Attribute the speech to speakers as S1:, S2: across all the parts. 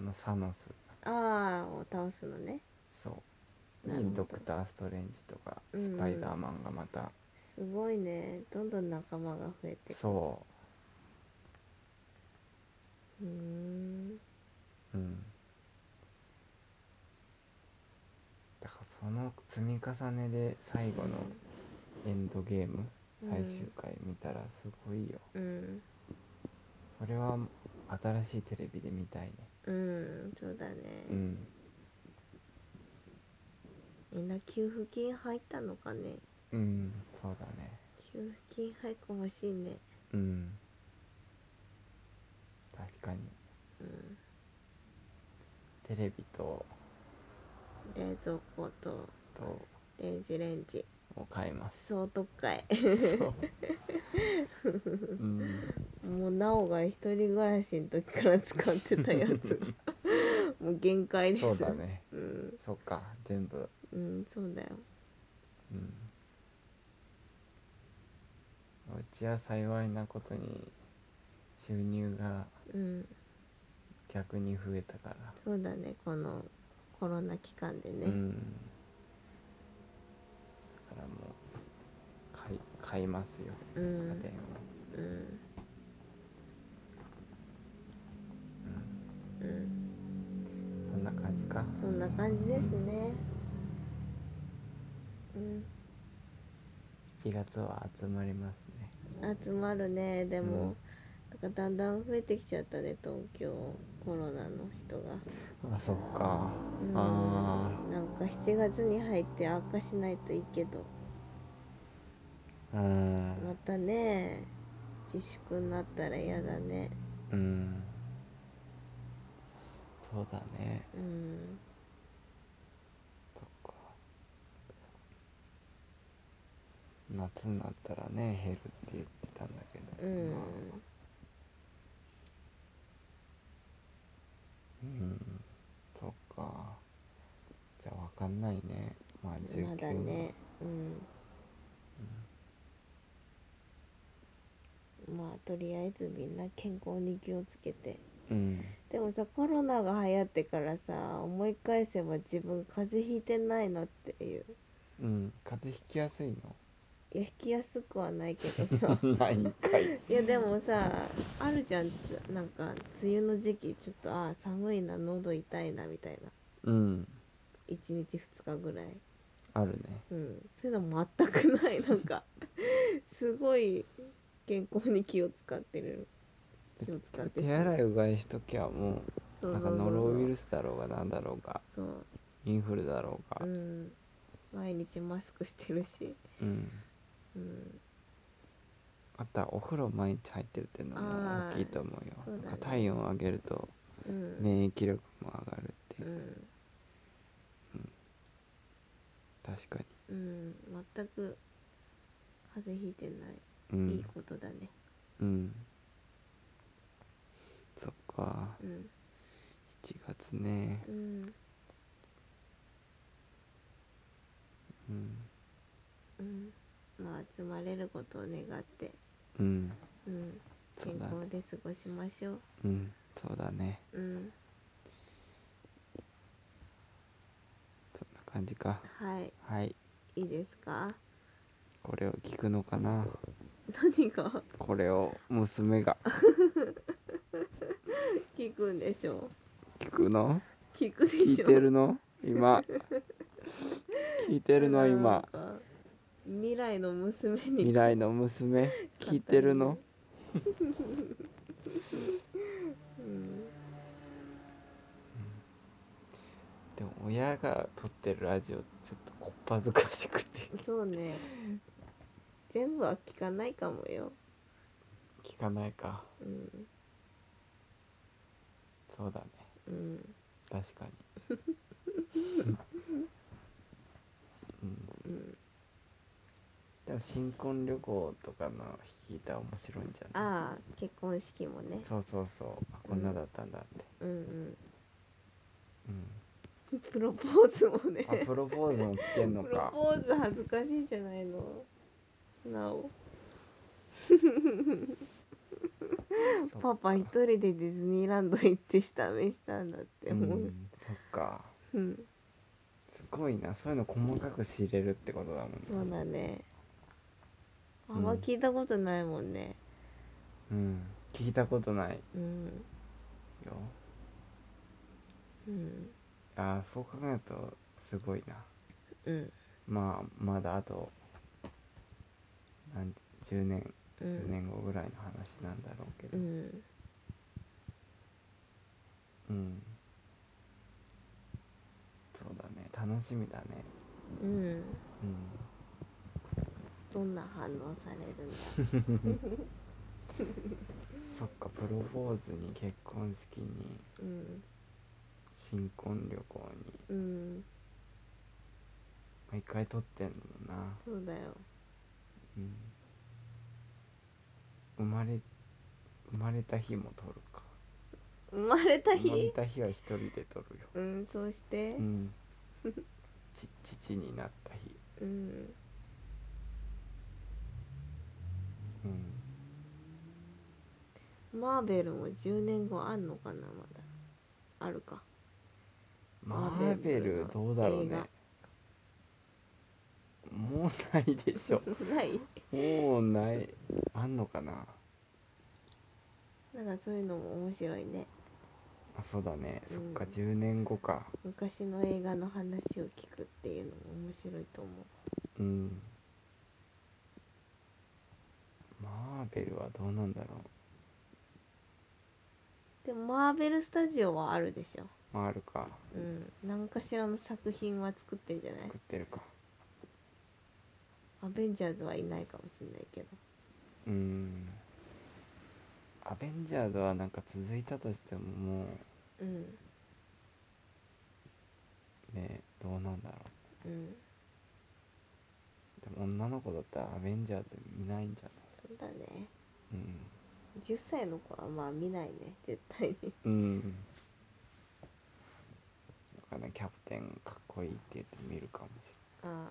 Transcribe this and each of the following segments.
S1: のサノス
S2: ああを倒すのね
S1: そう
S2: なるほ
S1: に
S2: ど
S1: ドクター・ストレンジとか
S2: うんうん
S1: スパイダーマンがまた、
S2: すごいねどんどん仲間が増えて
S1: そ
S2: ふーん
S1: ううんだからその積み重ねで最後のエンドゲーム
S2: うん
S1: 最終回見たらすごいよ、
S2: うん
S1: それは新しいテレビで見たいね
S2: うんそうだね、
S1: うん
S2: みんな給付金入ったのかね
S1: うんそうだね
S2: 給付金入ってほしいね
S1: うん確かに
S2: うん
S1: テレビと
S2: 冷蔵庫と
S1: と
S2: 電子レンジ
S1: を買います
S2: 総特会
S1: そううん
S2: もうなおが一人暮らしの時から使ってたや つもう限界です
S1: そうだね
S2: うん
S1: そっか全部
S2: うんそうだよ
S1: うんうちは幸いなことに収入が
S2: うん
S1: 逆に増えたから
S2: そうだねこのコロナ期間でね、
S1: うんだからもう買い買いますよ
S2: う
S1: 家電を
S2: んうんうん
S1: うんそんな感じか
S2: そんな感じですねうん
S1: 7月は集まりますね
S2: 集まるねで
S1: う
S2: も
S1: ん、
S2: なんかだんだん増えてきちゃったね東京コロナの人が、
S1: あそっか
S2: うん、
S1: あ
S2: なんか7月に入って悪化しないといいけど
S1: あうん
S2: またね自粛になったら嫌だね
S1: うんそうだね
S2: うん
S1: そっか夏になったらね減るって言ってたんだけど
S2: うん
S1: まあうんそっかじゃあわかんないねまあ19
S2: まだねうんまあとりあえずみんな健康に気をつけて
S1: うん
S2: でもさコロナが流行ってからさ思い返せば自分風邪ひいてないなっていう
S1: うん風邪ひきやすい
S2: いや引きやすくはないけど さ
S1: の ないんかい
S2: いやでもさあるじゃんつなんか梅雨の時期ちょっとあー寒いな喉痛いなみたいな
S1: うん
S2: 1日2日ぐらい、
S1: あるね
S2: うん、そういうの全くないなんかすごい健康に気を使ってる気を使って
S1: 手洗いうがいしときゃも
S2: そう
S1: な
S2: うそうんそ
S1: か
S2: う
S1: ノロウイル
S2: ス
S1: スだろうがなんだろうが
S2: そう
S1: インフルだろうが
S2: うん毎日マスクしてるし
S1: うん
S2: うん
S1: あとはお風呂毎日入ってるっていうのも
S2: あー
S1: 大きいと思うよ
S2: そうだね
S1: なんか体温上げると
S2: うん
S1: 免疫力も上がるって
S2: う
S1: いう、
S2: ん
S1: 確か
S2: うん全く風邪ひいてない、
S1: にうん
S2: いいことだね
S1: うんそっか
S2: うん
S1: 7月ね
S2: うん
S1: うん
S2: うんまあ集まれることを願って
S1: うん
S2: うん
S1: そう
S2: 健
S1: だね
S2: 康で過ごしましょう
S1: うんそうだね
S2: うん
S1: そんな感じか
S2: はい
S1: はい
S2: いいですか
S1: これを聞くのかな
S2: 何が
S1: これを娘が
S2: 聞くんでしょ
S1: 聞くの
S2: う聞くで
S1: 聞い
S2: しょ
S1: てるの 今聞いてるの
S2: なん
S1: 今
S2: か未来の娘に
S1: 未来の娘聞いてるの
S2: うん
S1: でも親が撮ってるラジオちょっとこっぱずかしくて
S2: そうね全部は聞かないかもよ、
S1: 聞かないか
S2: うん
S1: そうだね
S2: うん
S1: 確かにうん
S2: うん、
S1: でも新婚旅行とかの聞いたら面白いんじゃない
S2: ああ結婚式もね
S1: そうそうそうあこんなだったんだって、
S2: うん
S1: うん
S2: うんプロポーズもね
S1: あプロポーズも聞けんの
S2: プロ
S1: か
S2: ポーズ恥ずかしいんじゃないのなお
S1: そっ
S2: パパ一人でディズニーランド行って下見したんだって思
S1: う
S2: う、
S1: ん、そっか
S2: うん、
S1: すごいなそういうの細かく仕入れるってことだもんね
S2: そうだねあん
S1: う
S2: ま
S1: ん
S2: 聞いたことないもんね
S1: うん聞いたことない
S2: うん
S1: よ
S2: うん
S1: ああそう考えるとすごいな
S2: うん
S1: まあまだあと何10年
S2: う
S1: 10
S2: ん
S1: 年後ぐらいの話なんだろうけ
S2: う
S1: ど
S2: ん
S1: うんそうだね楽しみだね
S2: うん
S1: うん
S2: どんな反応されるんだ
S1: そっかプロポーズに結婚式に
S2: うん
S1: 新婚旅行に
S2: うん
S1: 毎回撮ってんのな
S2: そうだよ
S1: うん生まれ生まれた日も撮るか
S2: 生まれた
S1: 生まれ
S2: 日
S1: た日は一人で撮るよ
S2: うんそうして
S1: う、んち 父になった日
S2: うん、
S1: うん
S2: マーベルも10年後あんのかなまだあるか
S1: マーベルどうだろうね
S2: マー
S1: もうないでしょ
S2: ない
S1: もうないあんのかな
S2: なんかそういうのも面白いね
S1: あそうだね、
S2: うん
S1: そっか10年後か
S2: 昔の映画の話を聞くっていうのも面白いと思
S1: うんマーベルはどうなんだろ
S2: うでもマーベルスタジオはあるでしょ
S1: うまああるか
S2: うん何かしらの作品は作ってんじゃない
S1: 作ってるか
S2: アベンジャーズはいないかもしんないけど
S1: うんアベンジャーズはなんか続いたとしてもも
S2: うん
S1: うねどうなんだろ
S2: うん
S1: うでも女の子だったらアベンジャーズ見ないんじゃない
S2: そうだね
S1: うん
S2: 10歳の子はまあ見ないね絶対に
S1: うん。だからねキャプテンかっこいいって言って見るかもし
S2: ああ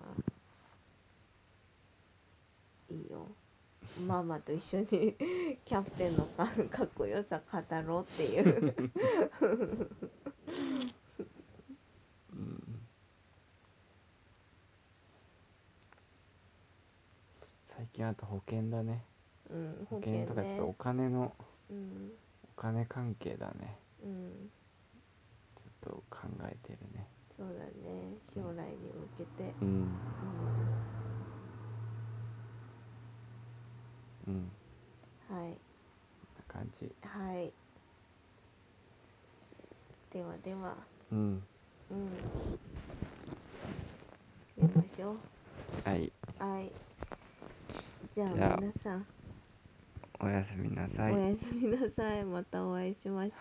S2: いいよママと一緒に キャプテンのかかっこよさ語ろうっていう
S1: れ ない。うん。最近あと保険だね。
S2: うん
S1: 保
S2: 保
S1: 険
S2: 険
S1: とかちょっ
S2: ね
S1: とお金の、
S2: うん
S1: お金関係だね。
S2: うん
S1: ちょっと考えてるね。
S2: そうだね将来に向けて
S1: うん。う
S2: う
S1: ん。
S2: んはい
S1: な感じ。
S2: はいではでは
S1: うん。
S2: うん寝ましょ
S1: はい。
S2: うはいじゃあ
S1: じゃあ
S2: 皆さん
S1: おやすみなさい。
S2: おやすみなさいまたお会いしましょう